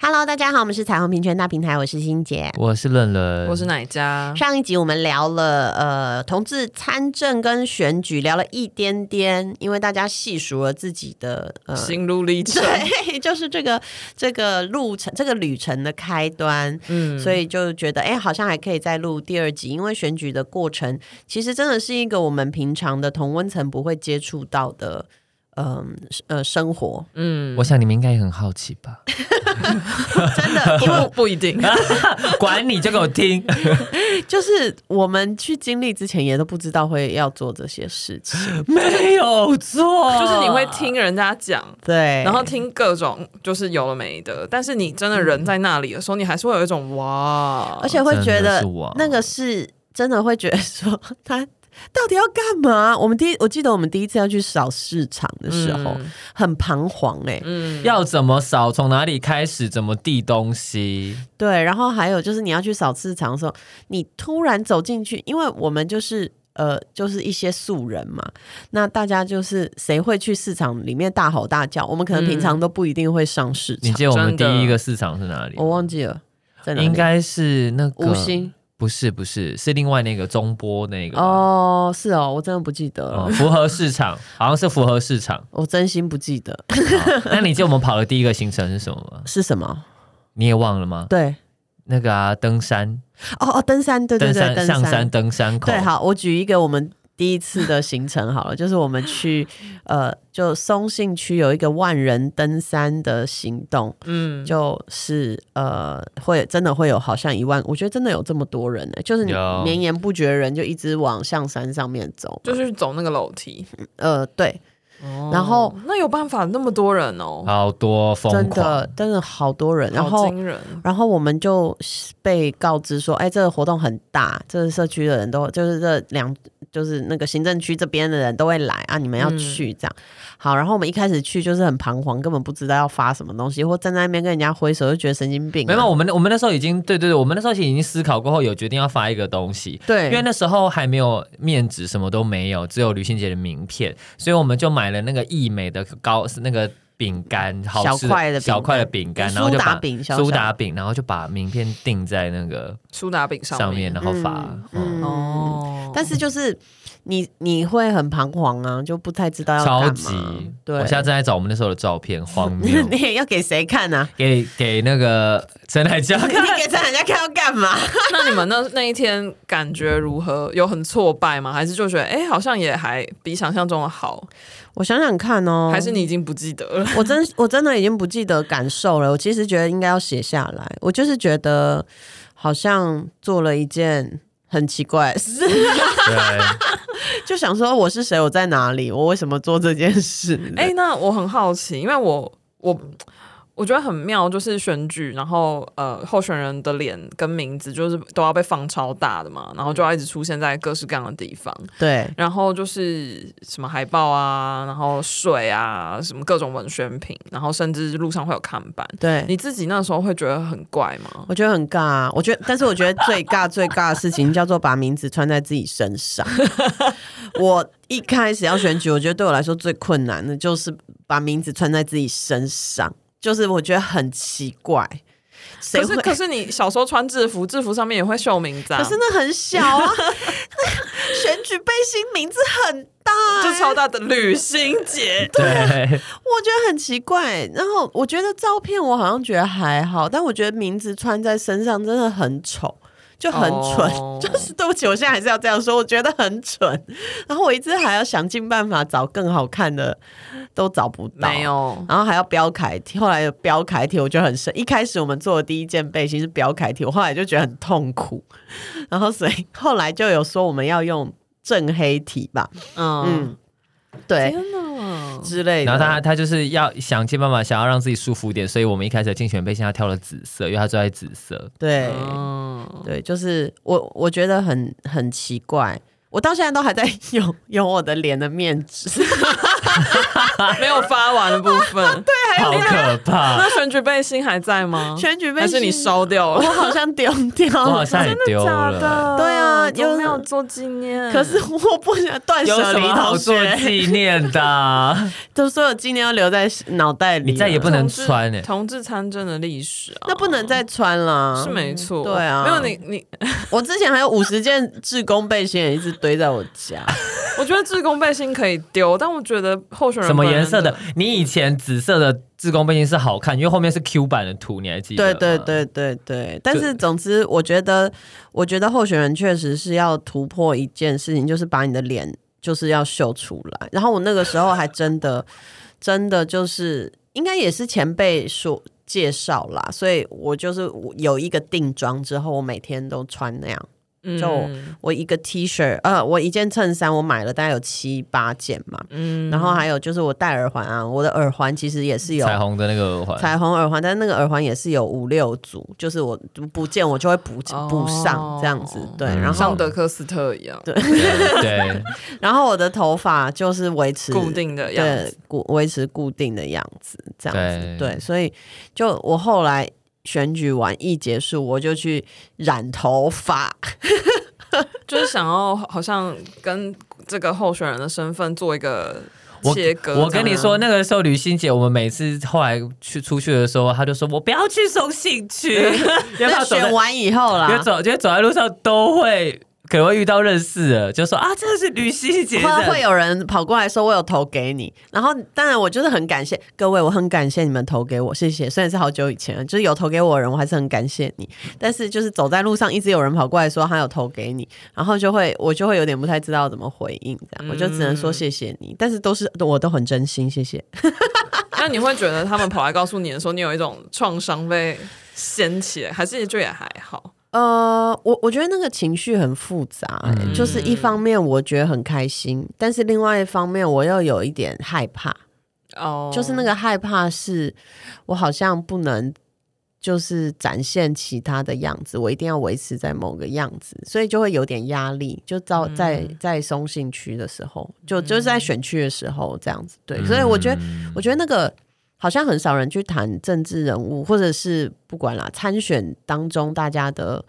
Hello，大家好，我们是彩虹平权大平台，我是欣姐。我是冷冷，我是哪一家？上一集我们聊了呃同志参政跟选举，聊了一点点，因为大家细数了自己的呃。心路历程。对，就是这个这个路程，这个旅程的开端，嗯所以就觉得哎、好像还可以再录第二集，因为选举的过程其实真的是一个我们平常的同温层不会接触到的，嗯呃生活，嗯我想你们应该也很好奇吧？真的，因为不不一定。 哦管你就给我听，就是我们去经历之前也都不知道会要做这些事情， 没有错，就是你会哦听人家讲，对，然后听各种就是有了没的，但是你真的人在那里的时候，你还是会有一种哇，而且会觉真的得是哦我那个是真的会觉得说 他。到底要干嘛？我们第一，我记得我们第一次要去扫市场的时候，嗯很彷徨哎、嗯要怎么扫，从哪里开始，怎么递东西，对，然后还有就是你要去扫市场的时候，你突然走进去，因为我们就是呃，就是一些素人嘛，那大家就是谁会去市场里面大吼大叫？我们可能平常都不一定会上市嗯你场，记得我们真的第一个市场是哪里？我忘记了，在哪里应该是那个五星不是不是，是另外那个中波那个哦，哦，是哦，我真的不记得了，哦符合市场， 好像是符合市场。我真心不记得好那你记得我们跑的第一个行程是什么吗？是什么。你也忘了吗？对，那个啊，登山，哦哦，登山，对对登对，登上山，登山口，对，好，我举一个我们第一次的行程好了，就是我们去呃，就松信区有一个万人登山的行动，嗯，就是呃，会真的会有好像一万，我觉得真的有这么多人呢、欸就是你有绵延不绝的人就一直往象山上面走，就是走那个楼梯，呃，对，哦然后那有办法那么多人哦，好多疯真狂的，真的好多人，然好后。惊人，然后我们就被告知说，哎，这个活动很大，这个社区的人都就是这两就是那个行政区这边的人都会来啊，你们要去这样。嗯好，然后我们一开始去就是很彷徨，根本不知道要发什么东西，或站在那边跟人家挥手就觉得神经病、啊没有，我们那我们那时候已经对对对，我们那时候其实已经思考过后，有决定要发一个东西。对，因为那时候还没有面纸，什么都没有，只有旅行节的名片，所以我们就买了那个益美的糕，那个饼干，好吃小块的饼干小块的饼干，嗯然后就苏打把饼小小苏打饼，然后就把名片钉在那个苏打饼上上面，然后发。嗯嗯哦，但是就是你你会很彷徨啊，就不太知道要干超嘛。级！对，我现在正在找我们那时候的照 片，荒谬，你也要给谁看 啊？给给那个陈海 佳你给这人家看要干嘛？ 那你们那那一天感觉如何？有很挫败吗？还是就觉得哎、诶好像也还比想象中的好？我想想看哦，还是你已经不记 得了？我真我真的已经不记得感受了。我其实觉得应该要写下来，我就是觉得好像做了一件很奇怪的 事，对，就想说我是谁，我在哪里，我为什么做这件事？哎、那我很好奇，因为我我我觉得很妙，就是选举，然后呃，候选人的脸跟名字就是都要被放超大的嘛，然后就要一直出现在各式各样的地方，对然后就是什么海报啊，然后水啊，什么各种文宣品，然后甚至路上会有看板。对。你自己那时候会觉得很怪吗？我觉得很尬、啊，我觉得，但是我觉得最尬最尬的事情叫做把名字穿在自己身 上。我一开始要选举，我觉得对我来说最困难的就是把名字穿在自己身上，就是我觉得很奇怪，谁可会是可是你小时候穿制服，制服上面也会绣名字啊，可是那很小 啊，选举背心名字很大、就超大的旅行 节，对，我觉得很奇怪。然后我觉得照片我好像觉得还好，但我觉得名字穿在身上真的很丑。就很蠢哦就是对不起，我现在还是要这样说，我觉得很蠢。 然后我一直还要想尽办法找更好看的，都找不到。没有。然后还要标楷体，后来有标楷体我就很生。一开始我们做的第一件背心是标楷体，我后来就觉得很痛苦， 然后所以后来就有说我们要用正黑体吧，嗯，嗯，对天哪！之类的。然后他他就是要想尽办法想要让自己舒服一点，所以我们一开始的竞选背心他挑了紫色，因为他最爱紫色。对、嗯，对，就是我我觉得很很奇怪。我到现在都还在 用用我的脸的面纸，没有发完的部 分。对，好可怕！哎 那选举背心还在吗？嗯选啊举被还是你烧掉我了？好像 丢掉我好了。像也丢假了。的？对啊有没有就是做纪念？可是我不想断有舍什离么好同做学，纪念的 啊？就所有纪念要留在脑袋里。你再也不同能志穿欸同志参政的历史啊，那不能再穿了。是没错，对啊没有你你，我之前还有五十件志工背心也一直堆在我家，我觉得志工背心可以丢，但我觉得候选人什么本人颜色的？你以前紫色的自贡背心是好看，因为后面是 Q 版的图，你还记得对吗？对对对对，但是总之，我觉得，我觉得候选人确实是要突破一件事情，就是把你的脸就是要秀出来。然后我那个时候还真的，真的就是应该也是前辈说介绍啦，所以我就是有一个定妆之后，我每天都穿那样。嗯就我一个 T 恤，呃，我一件衬衫，我买了大概有七八件嘛。嗯然后还有就是我戴耳环啊，我的耳环其实也是有彩虹的那个耳环，彩虹耳环，但是那个耳环也是有五六组，就是我不见我就会补哦补上这样子，对，嗯然像后德克斯特一样对 对，然后我的头发就是维持固定的样对子，固维持固定的样子这样子，对对，所以就我后来选举完一结束，我就去染头发，就是想要好像跟这个候选人的身份做一个我切割。我跟你这样，说，那个时候吕欣姐，我们每次后来去出去的时候，她就说我不要去送信 区，因为那她走在 选完以后因为啦。走，因为走在路上都会可能会遇到认识的，就说啊，这个是吕欣姐会啊 会的。有人跑过来说我有投给你，然后当然我就是很感谢各位，我很感谢你们投给我，谢谢。虽然是好久以前了，就是有投给我的人，我还是很感谢你。但是就是走在路上，一直有人跑过来说他有投给你，然后就会我就会有点不太知道怎么回应，这样我就只能说谢谢你，但是都是我都很真心谢谢。那你会觉得他们跑来告诉你的时候，你有一种创伤被掀起来，还是就也还好？呃，我我觉得那个情绪很复杂、欸嗯就是一方面我觉得很开心，但是另外一方面我又有一点害怕。哦，就是那个害怕是，我好像不能就是展现其他的样子，我一定要维持在某个样子，所以就会有点压力。就到在在松信区的时候，就就是在选区的时候这样子，对，嗯所以我觉得，我觉得那个。好像很少人去谈政治人物，或者是不管啦，参选当中大家的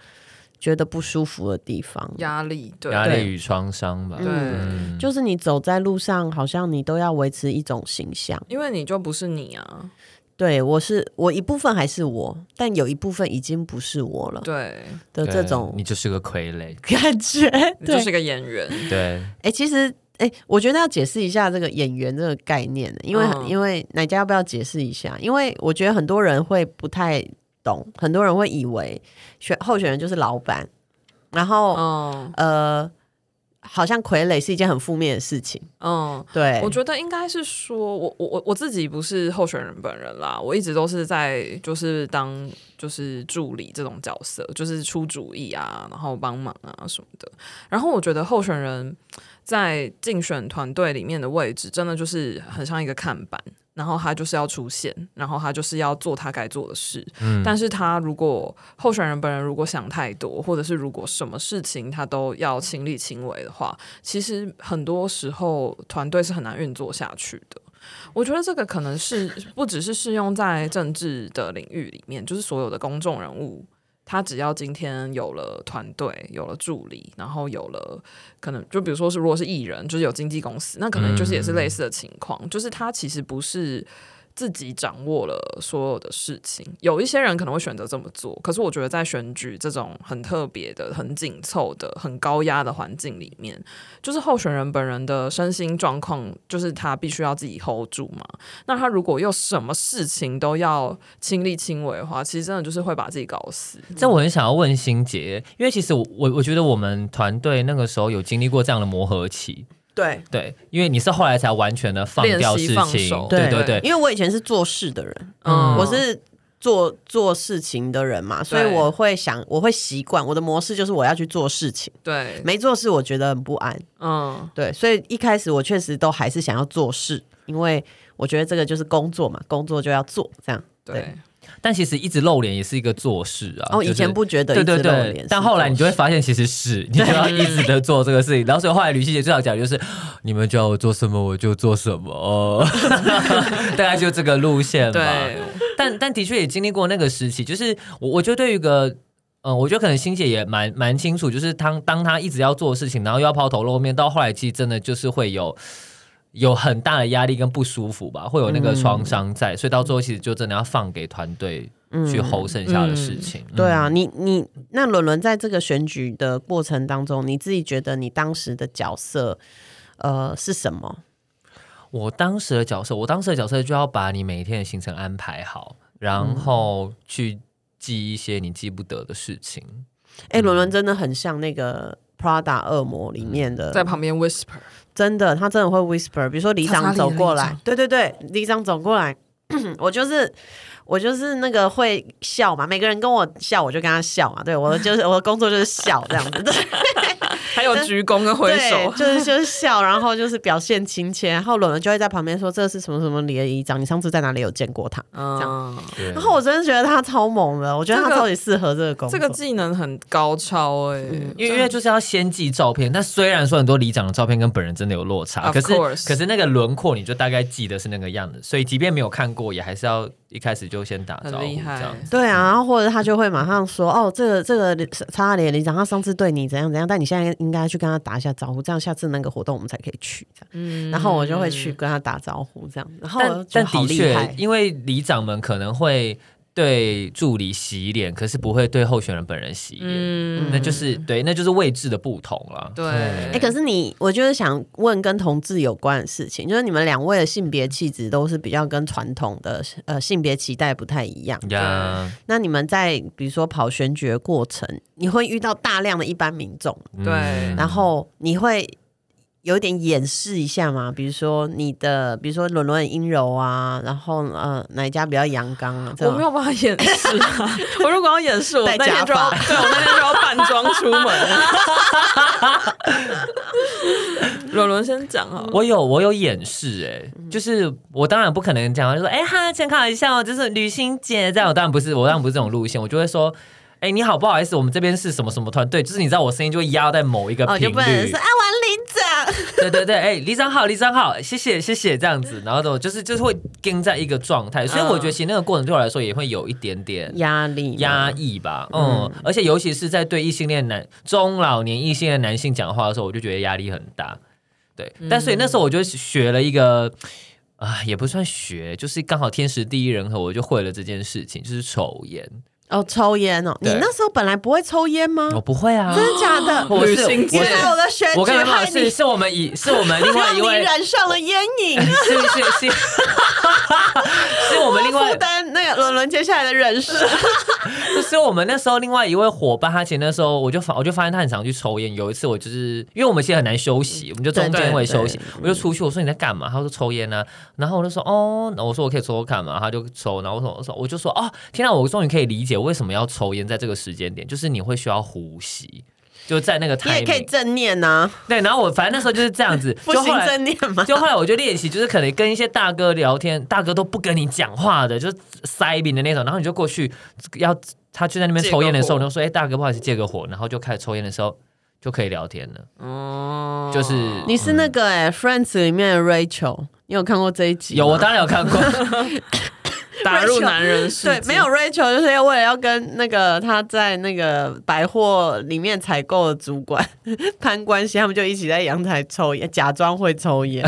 觉得不舒服的地方，压力，对压力对与创伤吧对。，嗯就是你走在路上，好像你都要维持一种形象。因为你就不是你啊，对，我是我一部分还是我，但有一部分已经不是我了对，的这对种你就是个傀儡。 感觉。你对，就哎、是个演员，对，其实哎、我觉得要解释一下这个演员这个概念，因为、嗯因为哪家要不要解释一下？因为我觉得很多人会不太懂，很多人会以为选候选人就是老板，然后、嗯呃，好像傀儡是一件很负面的事情。嗯。对，我觉得应该是说，我我我我自己不是候选人本人啦，我一直都是在就是当就是助理这种角色，就是出主意啊，然后帮忙啊什么的。然后我觉得候选人在竞选团队里面的位置，真的就是很像一个看板，然后他就是要出现，然后他就是要做他该做的事。嗯但是他如果候选人本人如果想太多，或者是如果什么事情他都要亲力亲为的话，其实很多时候团队是很难运作下去的。我觉得这个可能是不只是适用在政治的领域里面，就是所有的公众人物，他只要今天有了团队，有了助理，然后有了可能就比如说是如果是艺人，就是有经纪公司，那可能就是也是类似的情况，就是他其实不是。自己掌握了所有的事情，有一些人可能会选择这么做，可是我觉得在选举这种很特别的、很紧凑的、很高压的环境里面，就是候选人本人的身心状况，就是他必须要自己 hold 住嘛。那他如果又什么事情都要亲力亲为的话，其实真的就是会把自己搞死。这我很想要问欣姐，因为其实我我我觉得我们团队那个时候有经历过这样的磨合期，对对，因为你是后来才完全的放掉练习事放情手，对对对对，因为我以前是做事的人，嗯我是做做事情的人嘛，所以我会想，我会习惯我的模式就是我要去做事情，对，没做事我觉得很不安。嗯，对，所以一开始我确实都还是想要做事，因为我觉得这个就是工作嘛，工作就要做这样。对，但其实一直露脸也是一个做事啊。哦，就是以前不觉得对一直对露脸是对做，事，但后来你就会发现其实 是，你就要一直的做这个事情。然后所以后来吕希姐最好讲就是，你们叫我做什么我就做什 么， 大概就这个路线吧。对，但但的确也经历过那个时期，就是我我觉得对于一个。嗯，我觉得可能欣姐也蛮蛮清楚，就是当当她一直要做的事情，然后又要抛头露面，到后来其实真的就是会有有很大的压力跟不舒服吧，会有嗯那个创伤在，所以到最后其实就真的要放给团队去嗯 hold 剩下的事情。嗯对，啊，你你那伦伦在这个选举的过程当中，你自己觉得你当时的角色，呃，是什么？我当时的角色，我当时的角色就要把你每一天的行程安排好，嗯然后去记一些你记不得的事情。嗯哎、伦伦真的很像那个 Prada 恶魔里面的，在旁边 whisper，真的，他真的会 whisper。比如说里查查长理走的过里来长，对对对，里长走过来， 我就是我就是那个会笑嘛，每个人跟我笑，我就跟他笑嘛。对我就是我的工作就是笑这样子， 对 还有鞠躬跟挥手对，就是就是笑，然后就是表现亲切。然后伦伦就会在旁边说：“这是什么什么里的里长，你上次在哪里有见过他？”这嗯，对然后我真的觉得他超猛的，我觉得他这个超级适合这个工作。这个技能很高超哎、因为因为就是要先寄照片，但虽然说很多里长的照片跟本人真的有落差， Of 可是 course 可是那个轮廓你就大概记得是那个样子，所以即便没有看过，也还是要一开始就先打招很呼厉害这样。对啊，然后或者他就会马上说：“哦，这个这个查查理的里长，他上次对你怎样怎样，但你现在应该去跟他打一下招呼，这样下次那个活动我们才可以去。”这样，嗯然后我就会去跟他打招呼，这样，然后我但就觉但得好的厉确害，。因为里长们可能会对助理洗脸，可是不会对候选人本人洗脸，嗯那就是对，那就是位置的不同了。对哎、可是你，我就是想问跟同志有关的事情，就是你们两位的性别气质都是比较跟传统的呃性别期待不太一样。嗯呀，那你们在比如说跑选举的过程，你会遇到大量的一般民众，嗯对然后你会有点掩饰一下吗？比如说你的，比如说伦伦很阴柔啊，然后呃哪一家比较阳刚啊？这我种没有办法掩饰 啊！我如果要掩饰，我戴那天假就要发对我那天就要扮装出门。伦伦先讲好了，我有我有掩饰哎、嗯就是我当然不可能讲，就说哎哈，参考一下哦，就是旅行姐这样，我当然不是，我当然不是这种路线，我就会说。哎、你好，不好意思，我们这边是什么什么团队？就是你知道我声音就会压在某一个哦，频就率，不能说啊玩领长，对对对，哎、李长好，李长好，谢谢谢谢这样子，然后我就是就是会跟在一个状态，所以我嗯觉得其实那个过程对我来说也会有一点点压力压嘛抑吧，嗯，而且尤其是在对异性恋男中老年异性恋男性讲话的时候，我就觉得压力很大。对，但所以那时候我就学了一个啊，也不算学，就是刚好天时地利人和，我就会了这件事情，就是抽烟。哦，抽烟哦，你对那时候本来不会抽烟吗？我不会啊，真的假的？我旅是行原界来我的选我举跟你害讲是你，是我们以是我们另外让一你 位染上了烟 瘾，是是是是 我们另外负担那个伦伦接下来的人 生。就是我们那时候另外一位伙伴，他其实那时候我就发我就发现他很常去抽烟。有一次我就是因为我们现在很难休息，我们就中间会休息，对对嗯我就出去我说你在干嘛？他说抽烟呢、然后我就说哦，那我说我可以抽抽看嘛，他就抽。然后我说我说我就说哦，天啊，我终于可以理解为什么要抽烟在这个时间点，就是你会需要呼吸。就在那个你也可以 timing，正念啊呐、对，然后我反正那时候就是这样子， 不就后行来正念 吗？就后来我就练习，就是可能跟一些大哥聊天，大哥都不跟你讲话的，就是塞饼的那种，然后你就过去要他就在那边抽烟的时候，借个火你就说：“哎、大哥，不好意思，借个火。”然后就开始抽烟的时候就可以聊天了，哦就是你是那个哎、Friends》里面的 Rachel，你有看过这一集吗？有我当然有看过，打入男人世对，没有 Rachel 就是要为了要跟那个他在那个百货里面采购的主管 攀关系，他们就一起在阳台抽烟，假装会抽 烟。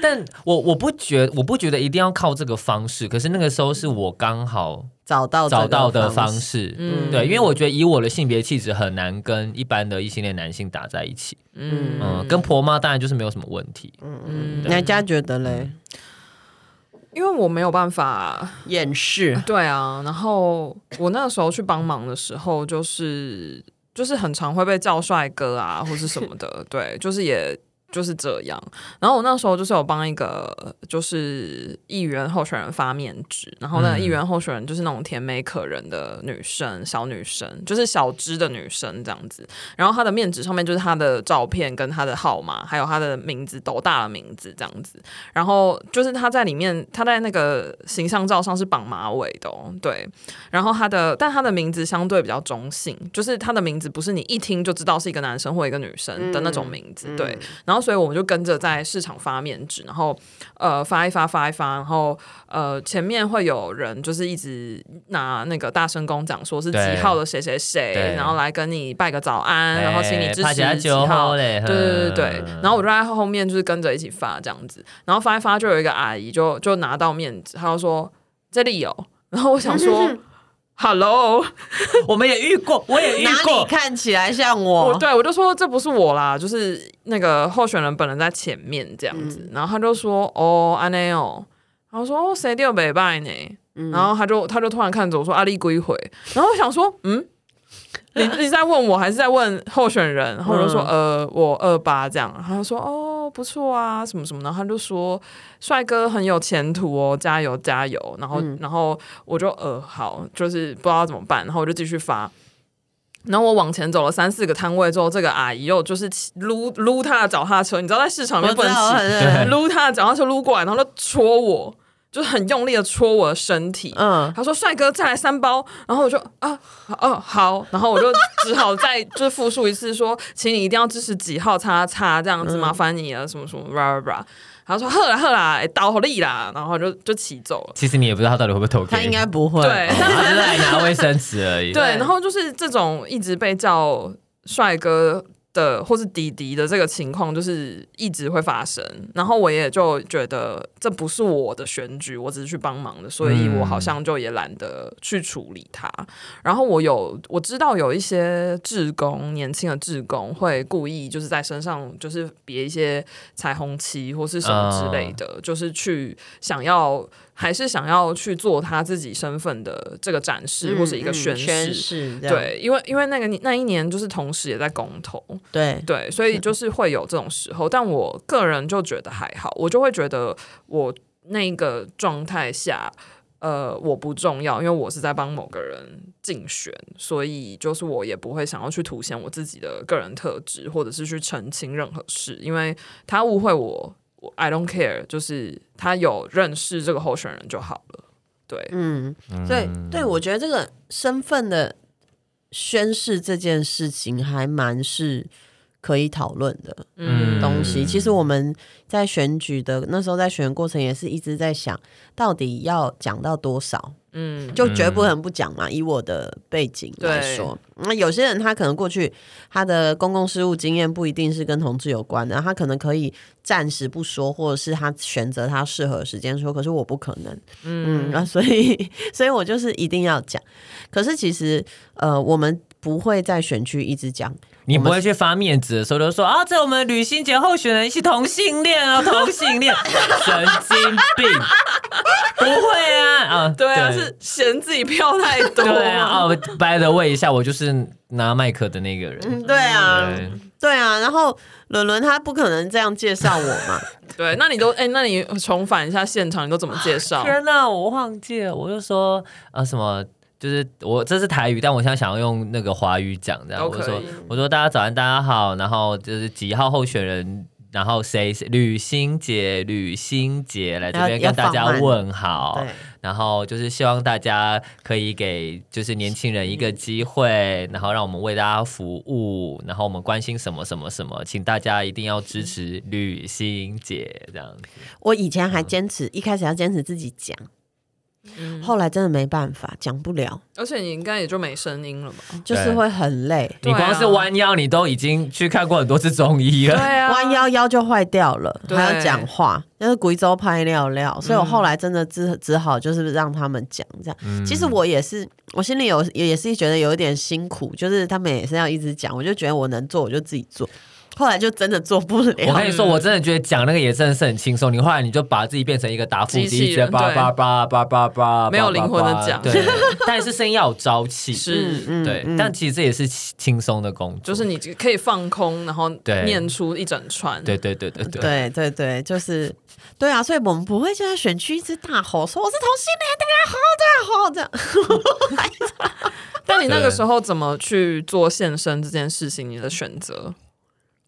但我我不觉我不觉得一定要靠这个方式，可是那个时候是我刚好哦找到这个找到的方方式，式。嗯对，因为我觉得以我的性别气质很难跟一般的异性恋男性打在一起，嗯嗯，跟婆妈当然就是没有什么问题，嗯人家觉得嘞，嗯因为我没有办法，掩饰。对啊。然后我那个时候去帮忙的时候，就是就是很常会被叫帅哥啊，或是什么的，对，就是也。就是这样。然后我那时候就是有帮一个就是议员候选人发面纸，然后那个嗯议员候选人就是那种甜美可人的女生，小女生，就是小只的女生这样子。然后她的面纸上面就是她的照片跟她的号码，还有她的名字，斗大的名字这样子。然后就是她在里面，她在那个形象照上是绑马尾的哦，对。然后她的，但她的名字相对比较中性，就是她的名字不是你一听就知道是一个男生或一个女生的那种名字，嗯对。然后所以我们就跟着在市场发面纸，然后呃发一发发一发，然后呃前面会有人就是一直拿那个大声公讲说是几对号的谁谁谁对，然后来跟你拜个早安，然后请你支哎怕假持几酒号后。嘞对对对对嗯，然后我就在后面就是跟着一起发这样子，然后发一发就有一个阿姨就就拿到面子，她就说这里有，然后我想说，Hello，我们也遇 过，我也遇哪里过。看起来像我我？对我就说这不是我啦，就是那个候选人本人在前面这样子，然后他就说哦安内哦，然后说哦谁掉北拜呢，然后他就他就突然看着我说阿力归回，然后我想说嗯。你你在问我还是在问候选人？然后我就说、呃，我二八这样。然后他就说哦，不错啊，什么什么。然后他就说帅哥很有前途哦，加油加油。然后、然后我就呃好，就是不知道怎么办，然后我就继续发。然后我往前走了三四个摊位之后，这个阿姨又就是骑撸撸她的脚踏车，你知道在市场里我面不知能道，骑，很撸她的脚踏车撸过来，然后就戳我，就是很用力的戳我的身体。嗯，他说：“帅哥，再来三包。”然后我就啊，哦好，然后我就只好再就是复述一次说，请你一定要支持几号叉叉这嗯样子，麻烦你了，什么什么，blah blah blah。他说：“喝啦喝啦，哎倒力啦。”然后就就骑走了。其实你也不知道他到底会不会投给他你，应该不会。哦对 他只是来拿卫生纸而已。 对，对然后就是这种一直被叫帅哥的或是弟弟的这个情况，就是一直会发生。然后我也就觉得这不是我的选举，我只是去帮忙的，所以嗯我好像就也懒得去处理它。嗯然后我有我知道有一些志工，年轻的志工会故意就是在身上就是别一些彩虹旗或是什么之类的，就是去想要还是想要去做他自己身份的这个展示、嗯，或是一个宣嗯誓。宣誓这样，对，因为因为那个那一年就是同时也在公投，对，对，所以就是会有这种时候。但我个人就觉得还好，我就会觉得我那个状态下，呃，我不重要，因为我是在帮某个人竞选，所以就是我也不会想要去凸显我自己的个人特质，或者是去澄清任何事，因为他误会我，我 I don't care，就是他有认识这个候选人就好了。对，嗯，所以对我觉得这个身份的宣誓这件事情还蛮是可以讨论的。嗯东西。其实我们在选举的那时候，在选的过程也是一直在想，到底要讲到多少，嗯，就绝不能不讲嘛。以我的背景来说，那有些人他可能过去他的公共事务经验不一定是跟同志有关的，他可能可以暂时不说，或者是他选择他适合的时间说。可是我不可能，嗯，那、所以所以我就是一定要讲。可是其实呃，我们不会在选区一直讲。你不会去发面子的时候就说啊，这我们旅行节候选人是同性恋啊，同性恋，神经病，不会啊啊，对啊，是嫌自己票太多 嘛，对啊，哦，by the way 一下，我就是拿麦克的那个人，嗯，对啊，对，对啊，然后伦伦他不可能这样介绍我嘛，对，那你都哎、那你重返一下现场，你都怎么啊介绍？天哪、我忘记了，我就说啊什么。就是我这是台语，但我现在想要用那个华语讲，这样都我就 可说以我说大家早安，大家好，然后就是几号候选人，然后谁谁吕新杰，吕新杰来这边要跟大家要放慢问好，对，然后就是希望大家可以给就是年轻人一个机会，然后让我们为大家服务，然后我们关心什么什么什么，请大家一定要支持吕欣姐这样子。我以前还坚持，一开始要坚持自己讲，嗯后来真的没办法，讲不了，而且你应该也就没声音了吧？就是会很累，你对啊光是弯腰，你都已经去看过很多次中医了。啊弯腰腰就坏掉了，对嗯还要讲话，那是贵州拍料料，所以我后来真的只只好就是让他们讲这嗯样。其实我也是，我心里有也也是觉得有一点辛苦，就是他们也是要一直讲，我就觉得我能做我就自己做，后来就真的做不了。我跟你说，我真的觉得讲那个也真的是很轻松。你后来你就把自己变成一个打腹机器肌，直接人叭对叭叭叭叭叭，没有叭灵魂的讲叭对，但是声音要有朝气，是嗯对嗯。但其实这也是轻松的工作，就是你可以放空，然后对念出一整串。对对对对对。对对对，就是对啊，所以我们不会就在选区一直大吼说我是同性恋，大家好，大家好这样。但你那个时候怎么去做现身这件事情？你的选择，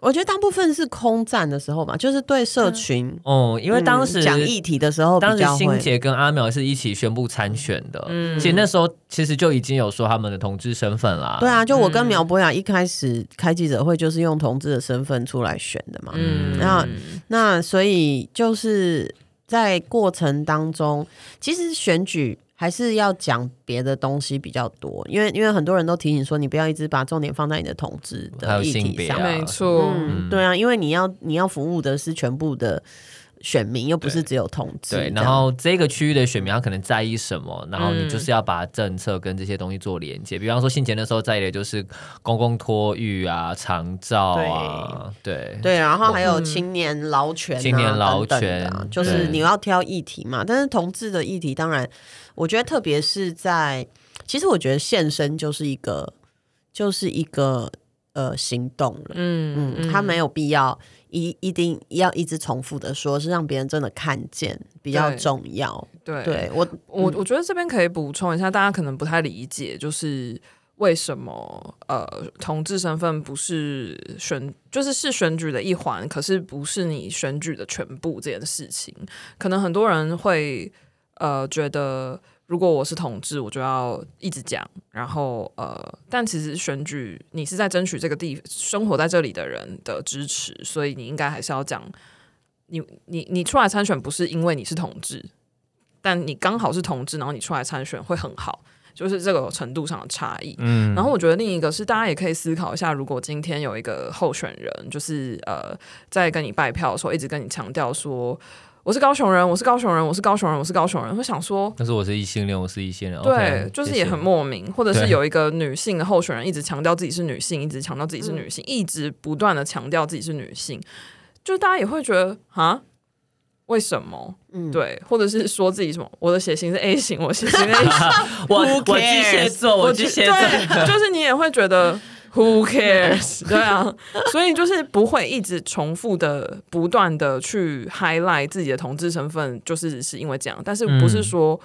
我觉得大部分是空战的时候嘛，就是对社群，哦，因为当时嗯讲议题的时候比当时较欣会。姐跟阿苗是一起宣布参选的，嗯其实那时候其实就已经有说他们的同志身份啦。对，啊，就我跟苗博雅一开始开记者会，就是用同志的身份出来选的嘛。嗯，那那所以就是在过程当中，其实选举还是要讲别的东西比较多，因为因为很多人都提醒说，你不要一直把重点放在你的统治还的有议性题别上。啊没错，嗯，嗯对啊，因为你要你要服务的是全部的选民，又不是只有统治。对，这样然后这个区域的选民他可能在意什么，然后嗯你就是要把政策跟这些东西做连接。比方说，信前的时候在意的就是公共托育啊、长照啊，对对，然后还有嗯青年劳权、啊、青年劳权等等的啊就是对你要挑议题嘛。但是同志的议题，当然，我觉得特别是在，其实我觉得现身就是一个，就是一个呃行动了。嗯嗯，他没有必要一一定要一直重复的说，是让别人真的看见比较对重要。对对我，我嗯我觉得这边可以补充一下，大家可能不太理解，就是为什么呃，同志身份不是选，就是是选举的一环，可是不是你选举的全部这件事情。可能很多人会呃觉得，如果我是同志，我就要一直讲，然后呃，但其实选举你是在争取这个地生活在这里的人的支持，所以你应该还是要讲。你你你出来参选不是因为你是同志，但你刚好是同志，然后你出来参选会很好，就是这个程度上的差异。嗯然后我觉得另一个是，大家也可以思考一下，如果今天有一个候选人，就是呃，在跟你拜票的时候，一直跟你强调说我是高雄人，我是高雄人，我是高雄人，我是高雄人，会想说，但是我是异性恋，我是异性恋，对 OK，，就是谢也谢很莫名，或者是对有一个女性的候选人一直强调自己是女性，一直强调自己是女性，嗯一直不断的强调自己是女性，就大家也会觉得啊，为什么？嗯，对，或者是说自己什么，我的血型是 A 型，我血型 A 型，我 Who 我巨蟹座，我巨蟹座，对，就是你也会觉得 Who cares？对 啊，所以就是不会一直重复的、不断的去 highlight 自己的同志身份，就是是因为这样，但是不是嗯说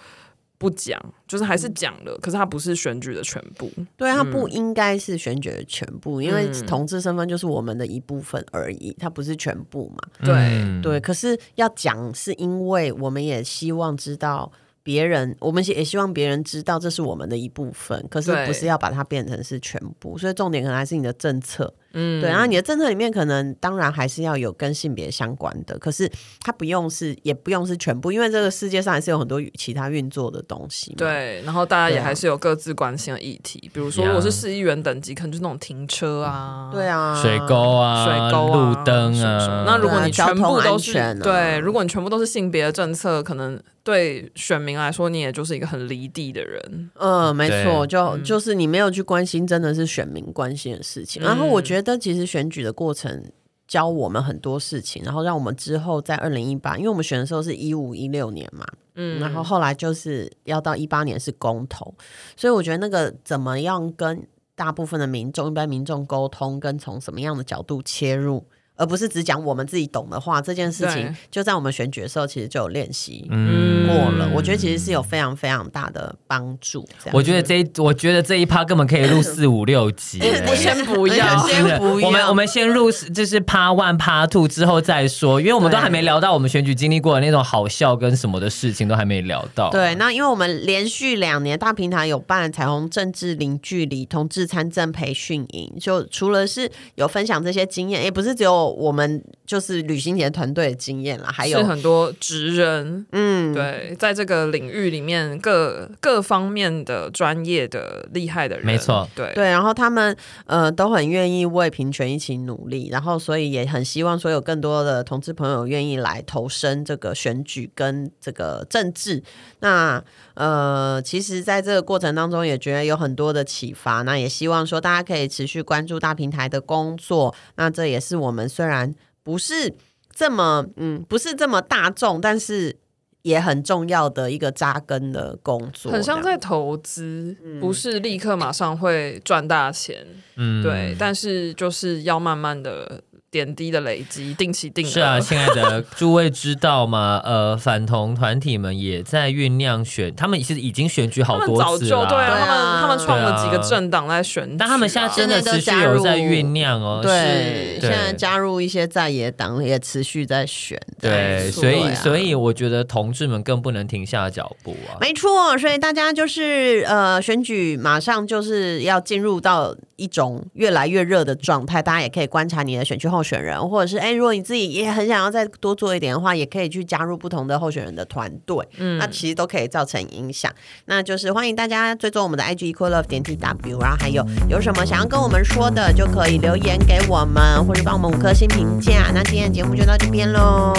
不讲，就是还是讲了，可是它不是选举的全部。对，它不应该是选举的全部，因为嗯同志身份就是我们的一部分而已，它不是全部嘛。对嗯对，可是要讲，是因为我们也希望知道别人，我们也希望别人知道这是我们的一部分，可是对不是要把它变成是全部，所以重点可能还是你的政策。嗯，对，然后你的政策里面可能当然还是要有跟性别相关的，可是它不用是，也不用是全部，因为这个世界上还是有很多其他运作的东西嘛。对，然后大家也对啊还是有各自关心的议题，比如说呀我是市议员等级，可能就是那种停车啊，对啊，水沟啊，水沟啊、路灯什么什啊么，那如果你对啊全部都交是通安全啊对，如果你全部都是性别的政策，可能对选民来说，你也就是一个很离地的人。嗯，没错，对就、就是你没有去关心，真的是选民关心的事情。嗯然后我觉得，其实选举的过程教我们很多事情，然后让我们之后在二零一八，因为我们选的时候是一五一六年嘛，嗯，然后后来就是要到一八年是公投，所以我觉得那个怎么样跟大部分的民众、一般民众沟通，跟从什么样的角度切入。而不是只讲我们自己懂的话，这件事情对就在我们选举的时候，其实就有练习嗯过了。我觉得其实是有非常非常大的帮助。这样，我觉得这一，我觉得这一趴根本可以录四五六集。 欸我先不 要先不要我们我们先录就是趴 one 趴 two 之后再说，因为我们都对还没聊到我们选举经历过的那种好笑跟什么的事情都还没聊到。对，那因为我们连续两年大平台有办彩虹政治零距离同志参政培训营，就除了是有分享这些经验，也不是只有我们就是旅行节团队的经验啦，还有是很多职人，嗯，对，在这个领域里面各各方面的专业的厉害的人，没错，对对，然后他们呃都很愿意为平权一起努力，然后所以也很希望说有更多的同志朋友愿意来投身这个选举跟这个政治。那呃，其实在这个过程当中也觉得有很多的启发，那也希望说大家可以持续关注大平台的工作。那这也是我们虽然不是这么嗯不是这么大众，但是。也很重要的一个扎根的工作，很像这样在投资，嗯不是立刻马上会赚大钱，嗯，对，但是就是要慢慢的点滴的累积，定期定额。是啊，亲爱的诸位知道吗？ 呃，反同团体们也在酝酿选，他们其实已经选举他好们多早次就对啊，了。他对啊们他们创了几对个啊政党在选举啊、但他们现在真的持续有在酝酿哦，对，是现在加入一些在野党也持续在选。对，没错所以啊所以我觉得同志们更不能停下脚步啊。没错，所以大家就是呃，选举马上就是要进入到一种越来越热的状态，大家也可以观察你的选区候选人，或者是哎、如果你自己也很想要再多做一点的话，也可以去加入不同的候选人的团队，嗯，那其实都可以造成影响。那就是欢迎大家追踪我们的 IG equal love 点 tw，然后还有有什么想要跟我们说的，就可以留言给我们，或是帮我们五颗星评价。那今天的节目就到这边喽，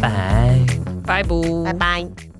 拜。拜不拜拜。